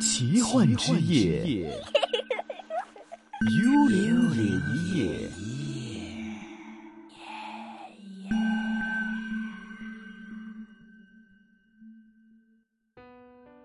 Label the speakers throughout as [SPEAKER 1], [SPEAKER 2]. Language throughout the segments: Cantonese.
[SPEAKER 1] 奇幻之夜，幽灵夜。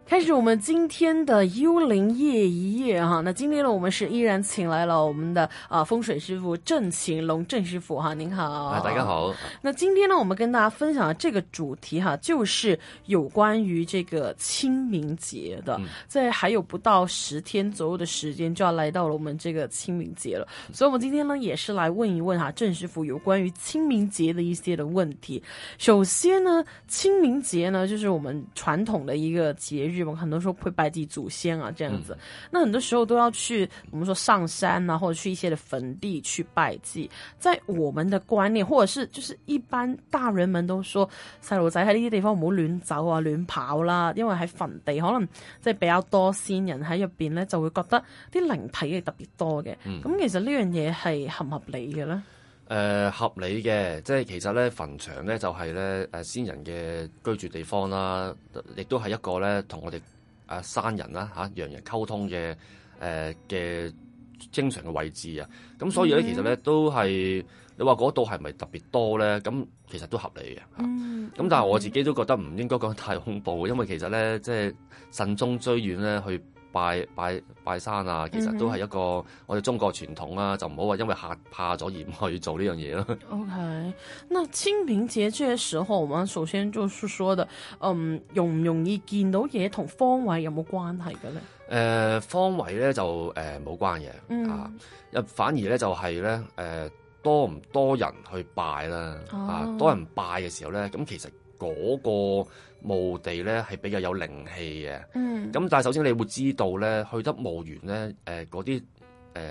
[SPEAKER 2] 开始我们今天的幽灵夜一夜哈，那今天呢，我们是依然请来了我们的啊、风水师傅郑晴龙郑师傅哈，您好
[SPEAKER 3] 啊，大家。好，
[SPEAKER 2] 那今天呢，我们跟大家分享的这个主题哈，就是有关于这个清明节的，在还有不到十天左右的时间就要来到了我们这个清明节了，所以我们今天呢也是来问一问哈郑师傅有关于清明节的一些的问题。首先呢，清明节呢就是我们传统的一个节日嘛，很多时候会拜祭祖先啊这样子，那很多时候都要去我们说上山啊，或者去一些的坟地去拜祭。在我们的观念，或者是就是一般大人們都說細路仔喺呢啲地方唔好亂走啊、亂跑啦，因為喺墳地可能即係比較多先人喺入邊咧，就會覺得啲靈體係特別多嘅。咁、其實呢樣嘢係合唔合理嘅咧？
[SPEAKER 3] 誒、呃合理嘅，即係其實咧墳場咧就係咧誒先人嘅居住地方啦，亦都係一個咧同我哋啊山人啦嚇、洋人溝通嘅誒嘅正常嘅位置啊，咁所以咧、其實咧都係你話嗰度係咪特別多咧？咁其實都合理嘅嚇。
[SPEAKER 2] 嗯，
[SPEAKER 3] 咁但係我自己都覺得唔應該講得太恐怖，因為其實咧，即係慎終追遠咧，去拜拜拜山啊，其
[SPEAKER 2] 嗯
[SPEAKER 3] 實都係一個我哋中國傳統啦、就唔好話因為嚇怕咗而唔去做呢樣嘢 啦。
[SPEAKER 2] OK，那清明節這些時候，我們首先就是說的，嗯，容唔容易見到嘢同方位有冇關係嘅咧？
[SPEAKER 3] 誒、呃方位咧就誒冇、關嘅、
[SPEAKER 2] 嗯
[SPEAKER 3] 啊，一反而咧就係咧誒多唔多人去拜啦、
[SPEAKER 2] 哦
[SPEAKER 3] 啊，多人拜嘅時候咧，咁其實嗰個墓地咧係比較有靈氣嘅。
[SPEAKER 2] 嗯，
[SPEAKER 3] 咁但係首先你會知道咧，去得墓園咧，誒呃嗰啲誒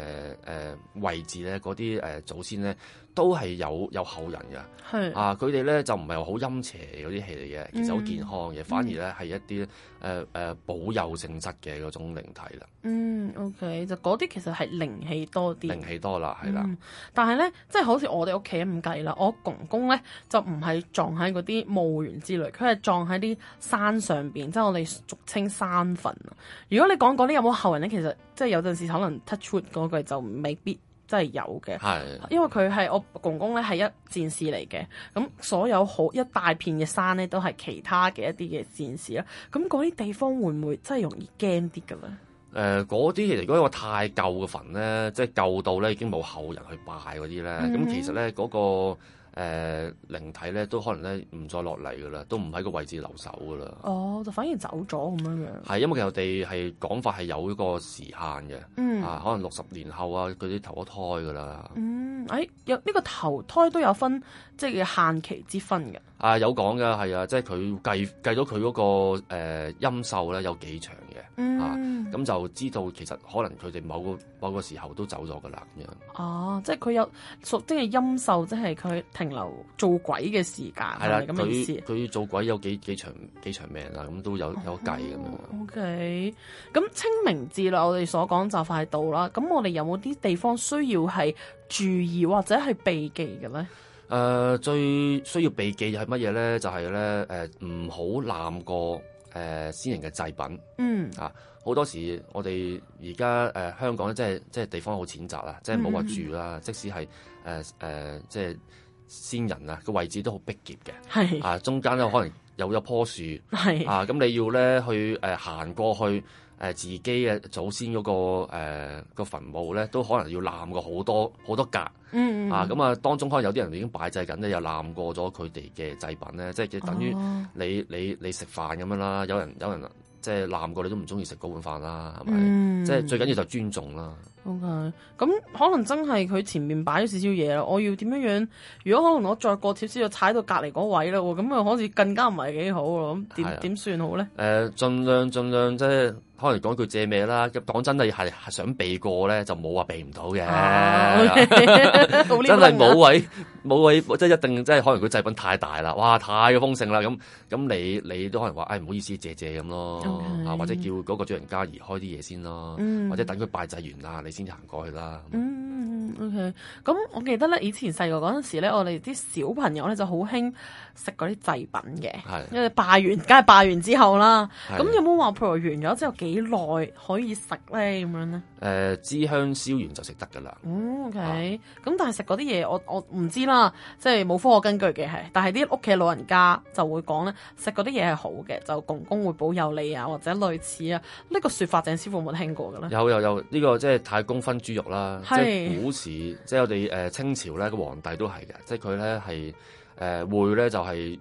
[SPEAKER 3] 誒位置咧，嗰啲誒祖先咧，都係有有後人嘅。
[SPEAKER 2] 係，
[SPEAKER 3] 啊，佢哋咧就唔係話好陰邪嗰啲氣嚟嘅，其實好健康嘅，反而咧係一啲誒誒保佑性質嘅嗰種靈體啦，
[SPEAKER 2] 嗯，OK，就嗰啲其實係靈氣多啲。
[SPEAKER 3] 靈氣多啦，係啦。
[SPEAKER 2] 嗯但係咧，即係好似我哋屋企咁計啦，我公公咧就唔係撞喺嗰啲墓園之類，佢係撞喺啲山上邊，即係我哋俗稱山墳啊。如果你講嗰啲有冇後人咧，其實即係有陣時可能 touch wood 嗰句就未必真係有嘅。
[SPEAKER 3] 係
[SPEAKER 2] 因為佢係我公公咧係一戰士嚟嘅，咁所有好一大片嘅山咧都係其他嘅一啲嘅戰士啦。咁嗰啲地方會唔會真係容易驚啲㗎咧？
[SPEAKER 3] 誒呃嗰啲其實如果一個太舊嘅墳咧，即係舊到咧已經冇後人去拜嗰啲咧，咁、
[SPEAKER 2] 嗯
[SPEAKER 3] 其實咧嗰、個誒靈體咧都可能咧唔再落嚟噶啦，都唔喺個位置留守噶啦。
[SPEAKER 2] 哦，就反而走咗咁樣樣。
[SPEAKER 3] 係因為佢哋係講法係有一個時限嘅，
[SPEAKER 2] 嗯
[SPEAKER 3] 啊，可能六十年後啊，佢啲投咗胎噶啦，
[SPEAKER 2] 嗯，哎，有呢、個投胎都有分，即係限期之分嘅。
[SPEAKER 3] 啊有講嘅係啊，即係佢計計到佢嗰、個誒、呃、陰壽咧有幾長嘅，
[SPEAKER 2] 嗯，
[SPEAKER 3] 咁就知道其實可能佢哋某個某個時候都走咗噶啦咁樣。
[SPEAKER 2] 哦，即係佢有屬即係陰壽，即係佢停留做鬼嘅時間，
[SPEAKER 3] 係
[SPEAKER 2] 啊係
[SPEAKER 3] 啦，
[SPEAKER 2] 咪咁嘅意
[SPEAKER 3] 佢
[SPEAKER 2] 思哦
[SPEAKER 3] 佢做鬼有幾幾長幾長命啊，咁都有有計咁樣。
[SPEAKER 2] ？O K，咁清明節啦，我哋所講就快到啦。咁我哋有冇啲地方需要係注意或者係避忌嘅咧？
[SPEAKER 3] 誒、呃最需要避忌係乜嘢咧？就係咧誒，唔好濫過誒、呃先人嘅祭品。
[SPEAKER 2] 嗯，
[SPEAKER 3] 好多時我哋而家誒香港咧，即係即係地方好淺窄啊，即係冇話住啦，即使係誒誒即係先人啊個位置都好逼仄嘅，
[SPEAKER 2] 係
[SPEAKER 3] 啊中間咧可能有一棵樹。
[SPEAKER 2] 係，
[SPEAKER 3] 啊，咁你要咧去誒行、過去誒、呃自己嘅祖先嗰、個誒、呃、個墳墓咧，都可能要攬過好多好多格
[SPEAKER 2] 嗯嗯
[SPEAKER 3] 啊！咁啊，當中可能有啲人已經擺祭緊咧，又攬過咗佢哋嘅祭品咧，即係等於
[SPEAKER 2] 哦
[SPEAKER 3] 你你你食飯咁樣啦，有人有人即係攬過你都唔中意食嗰碗飯啦，係咪？
[SPEAKER 2] 嗯
[SPEAKER 3] 即係最緊要就尊重啦。
[SPEAKER 2] OK，咁可能真係佢前面擺咗少少嘢啦，我要點樣樣？如果可能我再過少少就踩到隔離嗰位啦，喎咁啊好似更加唔係幾好咯。咁
[SPEAKER 3] 係
[SPEAKER 2] 點
[SPEAKER 3] 啊
[SPEAKER 2] 點算好咧？
[SPEAKER 3] 誒、盡量盡量即係可能講句借咩啦，咁講真你係係想避過咧，就冇話避唔到嘅。
[SPEAKER 2] 啊，OK，好 呢
[SPEAKER 3] 真係
[SPEAKER 2] 份
[SPEAKER 3] 冇
[SPEAKER 2] 啊
[SPEAKER 3] 位冇位，即係一定即係可能佢製品太大啦，哇太豐盛啦，咁咁你你都可能話，唉唔好意思借借咁咯
[SPEAKER 2] OK
[SPEAKER 3] 啊或者叫嗰個主人家移開啲嘢先咯，
[SPEAKER 2] 哦嗯
[SPEAKER 3] 或者等佢拜祭完啦，你先行過去啦。
[SPEAKER 2] 嗯 OK，咁我記得咧，以前細個嗰陣時咧，我哋啲小朋友咧就好興食嗰啲祭品嘅，
[SPEAKER 3] 係
[SPEAKER 2] 因為拜完，梗係拜完之後啦。
[SPEAKER 3] 係
[SPEAKER 2] 咁有冇話譬如完咗之後幾耐可以食咧咁樣咧？
[SPEAKER 3] 誒呃支香燒完就食得㗎啦。
[SPEAKER 2] 嗯，OK，咁、但係食嗰啲嘢，我我唔知啦，即係冇科學根據嘅係，但係啲屋企老人家就會講咧，食嗰啲嘢係好嘅，就公公會保佑你啊，或者類似啊，呢、個説法鄭師傅有冇聽過嘅咧？
[SPEAKER 3] 有有有，呢、個即係太公分豬肉啦，即
[SPEAKER 2] 係
[SPEAKER 3] 係古時即係我哋誒、呃清朝咧個皇帝都係嘅，即係佢咧係呃誒會咧就係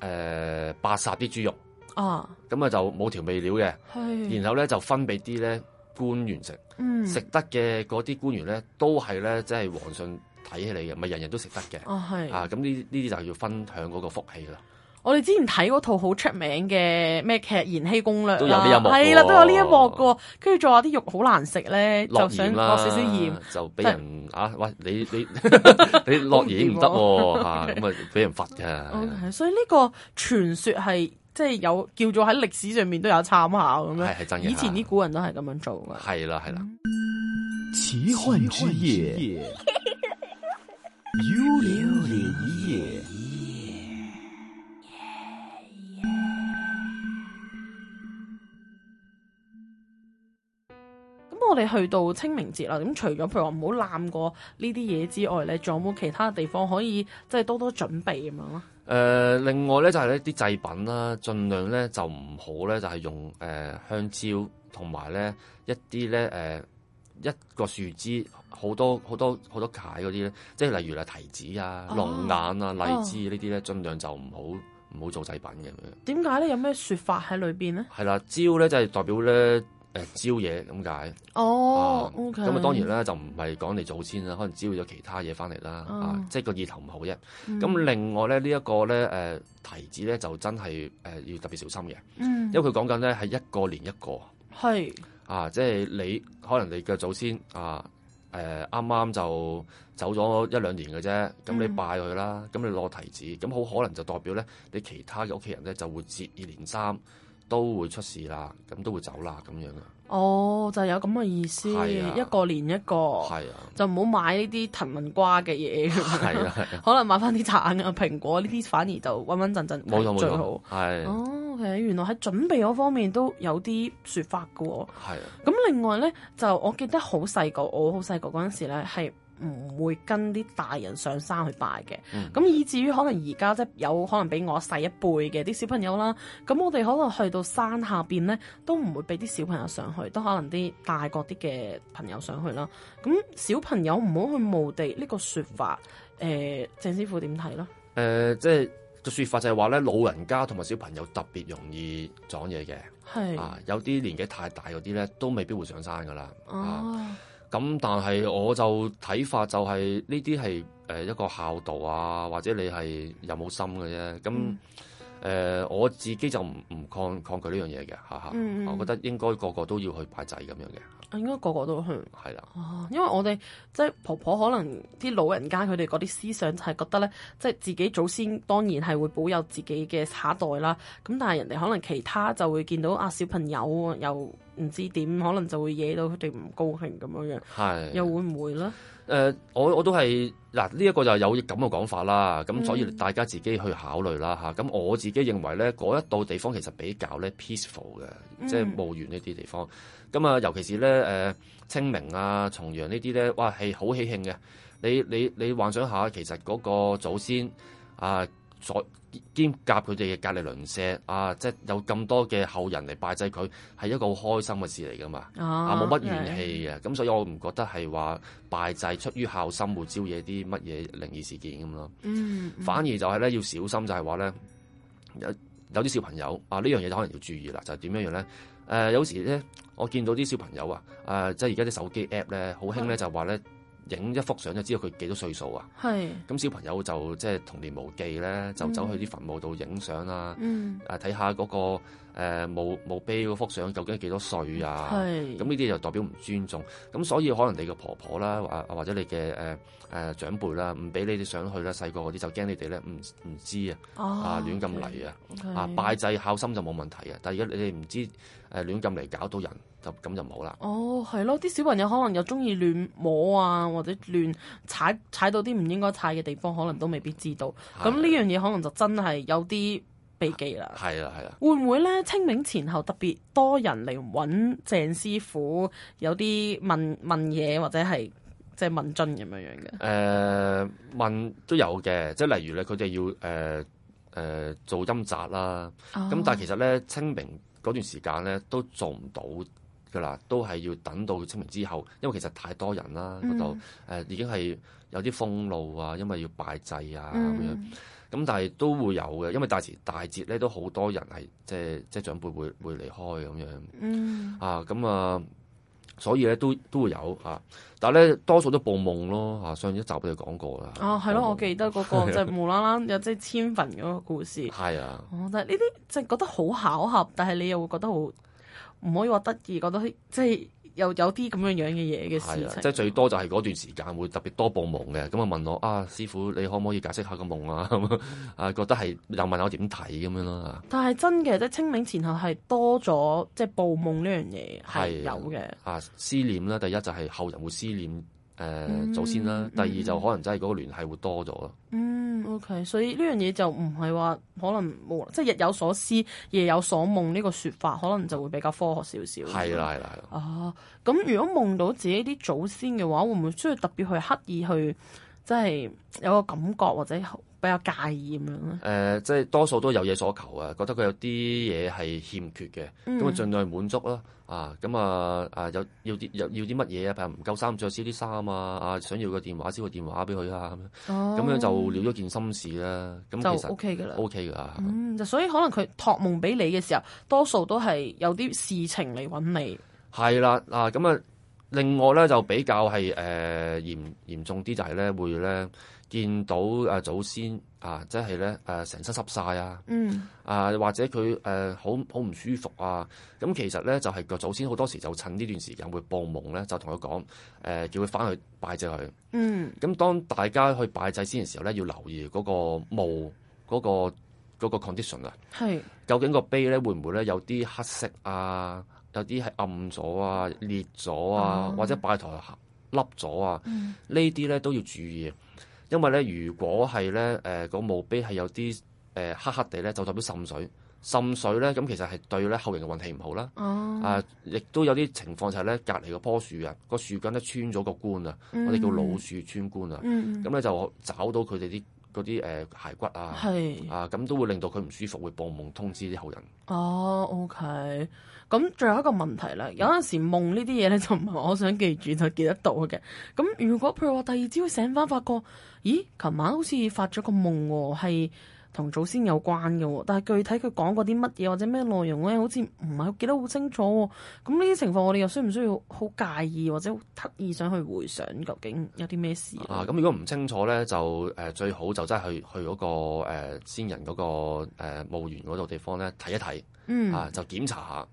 [SPEAKER 3] 誒白殺啲豬肉，
[SPEAKER 2] 啊，
[SPEAKER 3] 咁啊就冇調味料嘅，
[SPEAKER 2] 係，
[SPEAKER 3] 然後咧就分俾啲咧官員食，
[SPEAKER 2] 嗯，
[SPEAKER 3] 食得嘅嗰啲官員咧都係咧即係皇上睇起你嘅，唔係人人都食得嘅。
[SPEAKER 2] 啊係。
[SPEAKER 3] 啊，咁呢呢啲就要分享嗰個福氣啦。
[SPEAKER 2] 我哋之前睇嗰套好出名嘅咩劇《延禧攻略》
[SPEAKER 3] 都有呢一
[SPEAKER 2] 啦，
[SPEAKER 3] 幕
[SPEAKER 2] 係
[SPEAKER 3] 喎
[SPEAKER 2] 啦，都有呢一幕嘅。跟住仲話啲肉好難食咧，
[SPEAKER 3] 落
[SPEAKER 2] 就想
[SPEAKER 3] 鹽
[SPEAKER 2] 落
[SPEAKER 3] 啦，
[SPEAKER 2] 少少鹽。
[SPEAKER 3] 就俾人啊！喂，你 你 你落鹽唔得喎嚇，咁啊俾人罰嘅。
[SPEAKER 2] O、k 所以呢個傳說係即係有叫做喺歷史上面都有參考咁樣。
[SPEAKER 3] 係係真嘅
[SPEAKER 2] 以前啲古人都係咁樣做㗎。
[SPEAKER 3] 係啦係啦，
[SPEAKER 1] 奇幻之夜， 幽灵夜。
[SPEAKER 2] 咁我哋去到清明節啦，咁除咗譬如話唔好濫過呢啲嘢之外咧，仲有冇其他地方可以即係多多準備咁樣啊咯？
[SPEAKER 3] 誒、
[SPEAKER 2] 嗯
[SPEAKER 3] 另外咧就係呢啲製品啦，盡量咧就唔好咧就係用誒、香蕉同埋咧一啲咧誒一個樹枝好多好多好多解嗰啲咧，即係例如係提子啊、
[SPEAKER 2] 哦
[SPEAKER 3] 龍眼啊、荔枝呢啲咧，盡量就唔好唔好做製品嘅咁樣。
[SPEAKER 2] 點解咧？有咩説法喺裏邊咧？
[SPEAKER 3] 係啦，蕉咧就係代表咧。誒蕉嘢咁解，啊
[SPEAKER 2] 哦，OK。
[SPEAKER 3] 咁啊當然啦，就唔係講嚟祖先啦，可能招咗其他嘢翻嚟啦，
[SPEAKER 2] 哦
[SPEAKER 3] 啊，即係個意頭唔好啫。
[SPEAKER 2] 嗯，
[SPEAKER 3] 咁另外咧，呢、一個咧，誒、提子咧就真係誒、要特別小心嘅，
[SPEAKER 2] 嗯，
[SPEAKER 3] 因為佢講緊咧係一個連一個
[SPEAKER 2] 係。
[SPEAKER 3] 啊，即係你可能你嘅祖先啊誒啱啱就走咗一兩年嘅啫，咁你
[SPEAKER 2] 嗯
[SPEAKER 3] 拜佢啦，咁你攞提子，咁好可能就代表咧你其他嘅屋企人咧就會接二連三都會出事啦，咁都會走啦咁樣啊嘅，
[SPEAKER 2] 哦，就係有咁嘅意思，
[SPEAKER 3] 係啊
[SPEAKER 2] 一個連一個，
[SPEAKER 3] 係啊，
[SPEAKER 2] 就唔好買呢啲藤文瓜嘅嘢，
[SPEAKER 3] 係啊，係啊
[SPEAKER 2] 可能買翻啲橙啊、蘋果呢啲，反而就穩穩陣陣
[SPEAKER 3] 冇錯冇
[SPEAKER 2] 最好
[SPEAKER 3] 錯，。係
[SPEAKER 2] 哦，OK，原來喺準備嗰方面都有啲説法嘅喎。
[SPEAKER 3] 係啊，
[SPEAKER 2] 咁另外呢，就我記得好細個，我好細個嗰陣時呢，係唔會跟啲大人上山去拜嘅。
[SPEAKER 3] 嗯
[SPEAKER 2] 咁、以至於可能而家即係有可能比我細一輩嘅啲小朋友啦，咁我哋可能去到山下邊呢，都唔會俾啲小朋友上去，都可能啲大個啲嘅朋友上去啦。咁小朋友唔好去墓地呢個説法，誒、鄭師傅點睇啦？
[SPEAKER 3] 誒、呃即係個説法就係話咧，老人家同埋小朋友特別容易撞嘢嘅。
[SPEAKER 2] 係
[SPEAKER 3] 啊，有啲年紀太大嗰啲咧，都未必會上山噶啦。啊，
[SPEAKER 2] 啊，
[SPEAKER 3] 咁但係我就睇法就係呢啲係誒一個孝道啊，或者你係有冇心嘅啫。咁誒、呃
[SPEAKER 2] 嗯
[SPEAKER 3] 我自己就唔唔抗抗拒呢樣嘢嘅，哈哈。
[SPEAKER 2] 嗯嗯
[SPEAKER 3] 我覺得應該個個都要去拜祭咁樣嘅，
[SPEAKER 2] 應該個個都去。
[SPEAKER 3] 係啦。
[SPEAKER 2] 哦，因為我哋即係婆婆可能啲老人家佢哋嗰啲思想就係覺得咧，即係自己祖先當然係會保佑自己嘅下一代啦。咁但係人哋可能其他就會見到啊小朋友又唔知點，可能就會惹到佢哋唔高興咁樣樣，
[SPEAKER 3] 係。
[SPEAKER 2] 又會唔會咧？
[SPEAKER 3] 誒、呃我我都係嗱，呢、一個就有咁嘅講法啦，咁所以
[SPEAKER 2] 嗯
[SPEAKER 3] 大家自己去考慮啦嚇。咁、我自己認為咧，嗰一度地方其實比較咧 peaceful 嘅，即係
[SPEAKER 2] 嗯
[SPEAKER 3] 墓園呢啲地方。咁啊，尤其是咧誒、清明啊、重陽呢啲咧，哇係好喜慶嘅。你你你幻想下，其實嗰個祖先啊，所兼夾佢哋嘅隔離鄰舍啊，即係有咁多嘅後人嚟拜祭佢，係一個好開心嘅事嚟噶嘛。啊
[SPEAKER 2] 啊
[SPEAKER 3] 冇乜怨氣嘅，咁所以我唔覺得係話拜祭出於孝心會招惹啲乜嘢靈異事件咁咯。
[SPEAKER 2] 嗯，
[SPEAKER 3] 反而就係咧要小心，就係話咧有有啲小朋友啊呢樣嘢就可能要注意啦，就係點樣樣咧？誒、有時咧我見到啲小朋友啊，誒、即係而家啲手機 app 咧好興咧就話咧影一幅相就知道佢幾多歲數啊。
[SPEAKER 2] 係，
[SPEAKER 3] 咁小朋友就即係童年無忌咧，就走去啲墳墓度影相啊。
[SPEAKER 2] 嗯
[SPEAKER 3] 誒睇下嗰個誒、誒墓墓碑嗰幅相究竟幾多歲啊？
[SPEAKER 2] 係
[SPEAKER 3] 咁呢啲就代表唔尊重，咁所以可能你個婆婆啦，啊或或者你嘅誒誒長輩啦，唔俾你哋上去啦，細個嗰啲就驚你哋咧唔唔知啊，
[SPEAKER 2] 哦
[SPEAKER 3] 啊亂咁嚟啊，啊拜祭孝心就冇問題啊，但係而家你哋唔知誒呃亂咁嚟搞到人，就咁就唔好啦。
[SPEAKER 2] 哦，係咯，啲小朋友可能又中意亂摸啊，或者亂踩踩到啲唔應該踩嘅地方，可能都未必知道。
[SPEAKER 3] 啊
[SPEAKER 2] 咁呢樣嘢可能就真係有啲避忌啦。
[SPEAKER 3] 係啊啦係啦，
[SPEAKER 2] 會唔會咧清明前後特別多人嚟揾鄭師傅，有啲問問嘢或者係即係問津咁樣樣嘅？
[SPEAKER 3] 誒、呃問都有嘅，即係例如咧，佢哋要誒誒、呃做陰宅啦，
[SPEAKER 2] 哦
[SPEAKER 3] 咁、但係其實咧清明嗰段時間咧都做唔到㗎啦，都係要等到清明之後，因為其實太多人啦嗰度誒已經係有啲封路啊，因為要拜祭啊咁樣。
[SPEAKER 2] 嗯
[SPEAKER 3] 咁但係都會有嘅，因為大時大節咧都好多人係即係即係長輩會會離開咁樣。
[SPEAKER 2] 嗯
[SPEAKER 3] 啊，咁啊，所以咧都都會有啊，但係咧多數都報夢咯嚇、啊上一集我哋講過啦。
[SPEAKER 2] 啊，係咯，我記
[SPEAKER 3] 得。
[SPEAKER 2] 得嗰 個就係無啦啦有即係千墳嗰個故事。
[SPEAKER 3] 係啊，
[SPEAKER 2] 哦，但係呢啲即係覺得好巧合，但係你又會覺得好唔可以話得意，覺得即係有有啲咁樣樣嘅嘢
[SPEAKER 3] 係
[SPEAKER 2] 嘅事
[SPEAKER 3] 啊，
[SPEAKER 2] 情。
[SPEAKER 3] 即係最多就係嗰段時間會特別多報夢嘅，咁啊問我啊師傅，你可唔可以解釋下個夢啊？ 咁啊覺得係又問我點睇咁樣咯啊
[SPEAKER 2] 但係真嘅，即係清明前後係多咗即係報夢呢樣嘢係
[SPEAKER 3] 係
[SPEAKER 2] 有嘅。
[SPEAKER 3] 啊思念啦，第一就係後人會思念誒、呃
[SPEAKER 2] 嗯
[SPEAKER 3] 祖先啦，第二
[SPEAKER 2] 嗯
[SPEAKER 3] 就可能真係嗰個聯繫會多咗咯。
[SPEAKER 2] 嗯，OK，所以呢樣嘢就唔係話可能冇，即係日有所思夜有所夢呢個說法，可能就會比較科學少少。
[SPEAKER 3] 係啦係啦係啦，
[SPEAKER 2] 哦，咁如果夢到自己啲祖先嘅話，會唔會需要特別去刻意去，即係有個感覺或者比較介意咁樣咧？
[SPEAKER 3] 誒、呃即係多數都有嘢所求啊，覺得佢有啲嘢係欠缺嘅，
[SPEAKER 2] 嗯
[SPEAKER 3] 咁啊盡量滿足啦，啊咁啊啊有要啲有要啲乜嘢啊，譬如唔夠衫着少啲衫啊，啊想要個電話燒個電話俾佢啊，咁樣
[SPEAKER 2] 咁
[SPEAKER 3] 咁樣就了咗件心事啦，咁其
[SPEAKER 2] 哦就
[SPEAKER 3] 實
[SPEAKER 2] OK 噶啦。
[SPEAKER 3] O K 噶，
[SPEAKER 2] 嗯，就所以可能佢託夢俾你嘅時候，多數都係有啲事情嚟揾你。
[SPEAKER 3] 係啦，啊咁啊，另外咧就比較係誒、呃、嚴嚴重啲就係咧會咧見到啊祖先啊，即係咧誒成身濕晒啊。
[SPEAKER 2] 嗯，
[SPEAKER 3] 啊，或者佢誒好好唔舒服啊，咁其實咧就係、個祖先好多時就趁呢段時間會報夢咧，就同佢講誒，叫佢翻去拜祭佢。
[SPEAKER 2] 嗯，
[SPEAKER 3] 咁當大家去拜祭先嘅時候咧，要留意嗰個墓嗰、個嗰、個 condition 啊，
[SPEAKER 2] 係，
[SPEAKER 3] 究竟個碑咧會唔會咧有啲黑色啊，有啲係暗咗啊、裂咗啊，
[SPEAKER 2] 哦
[SPEAKER 3] 或者拜台凹咗啊，
[SPEAKER 2] 嗯
[SPEAKER 3] 呢啲咧都要注意，因為咧如果係咧誒個墓碑係有啲誒、呃黑黑地咧，就代表滲水，滲水咧咁其實係對咧後人嘅運氣唔好啦。
[SPEAKER 2] 哦，
[SPEAKER 3] 啊，亦都有啲情況就係咧隔離個棵樹啊，個樹根咧穿咗個冠啊，我哋叫老鼠穿冠啊，
[SPEAKER 2] 嗯，
[SPEAKER 3] 咁咧就找到佢哋啲嗰啲誒骸骨啊，
[SPEAKER 2] 係，
[SPEAKER 3] 啊咁都會令到佢唔舒服，會報夢通知啲後人。
[SPEAKER 2] 哦，OK。咁最後一個問題啦，有陣時夢呢啲嘢咧就唔係話我想記住就記得到嘅。咁如果譬如話第二朝醒翻發覺，咦，琴晚好似發咗個夢喎，係同祖先有關嘅喎，但係具體佢講過啲乜嘢或者咩內容咧，好似唔係記得好清楚喎。咁呢啲情況我哋又需唔需要好介意或者好刻意想去回想究竟有啲咩事呢
[SPEAKER 3] 啊，咁如果唔清楚咧，就誒、呃最好就真係去去嗰、個、呃、先人嗰、個誒、呃、墓園嗰度地方咧睇一睇、
[SPEAKER 2] 嗯，
[SPEAKER 3] 啊，就檢查
[SPEAKER 2] 係
[SPEAKER 3] 下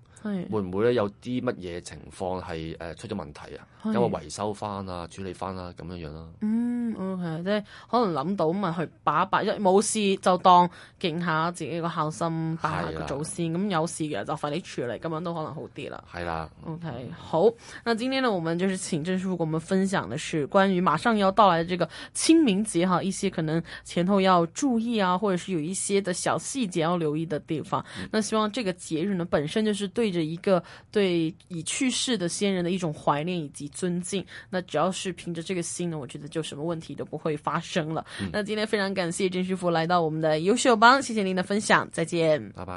[SPEAKER 3] 會唔會咧有啲乜嘢情況係誒、呃出咗問題啊，
[SPEAKER 2] 係
[SPEAKER 3] 因為維修翻啊、處理翻啦咁樣樣啦。
[SPEAKER 2] 嗯，OK，即係可能諗到咪去把一把，一冇事就當敬下自己個孝心，拜下
[SPEAKER 3] 係
[SPEAKER 2] 個
[SPEAKER 3] 啦
[SPEAKER 2] 祖先。咁有事嘅就快啲處理，咁樣都可能好啲啦。
[SPEAKER 3] 係啦，
[SPEAKER 2] OK，好，那今天呢，我们就是请郑师傅给我们分享的是关于马上要到来的这个清明节哈，一些可能前后要注意啊，或者是有一些的小细节要留意的地方。那希望这个节日呢，本身就是对着一个对已去世的先人的一种怀念以及尊敬。那只要是凭着这个心呢，我觉得就什么问题都不会发生了。那今天非常感谢郑师傅来到我们的优秀帮，谢谢您的分享，再见。
[SPEAKER 3] 拜拜。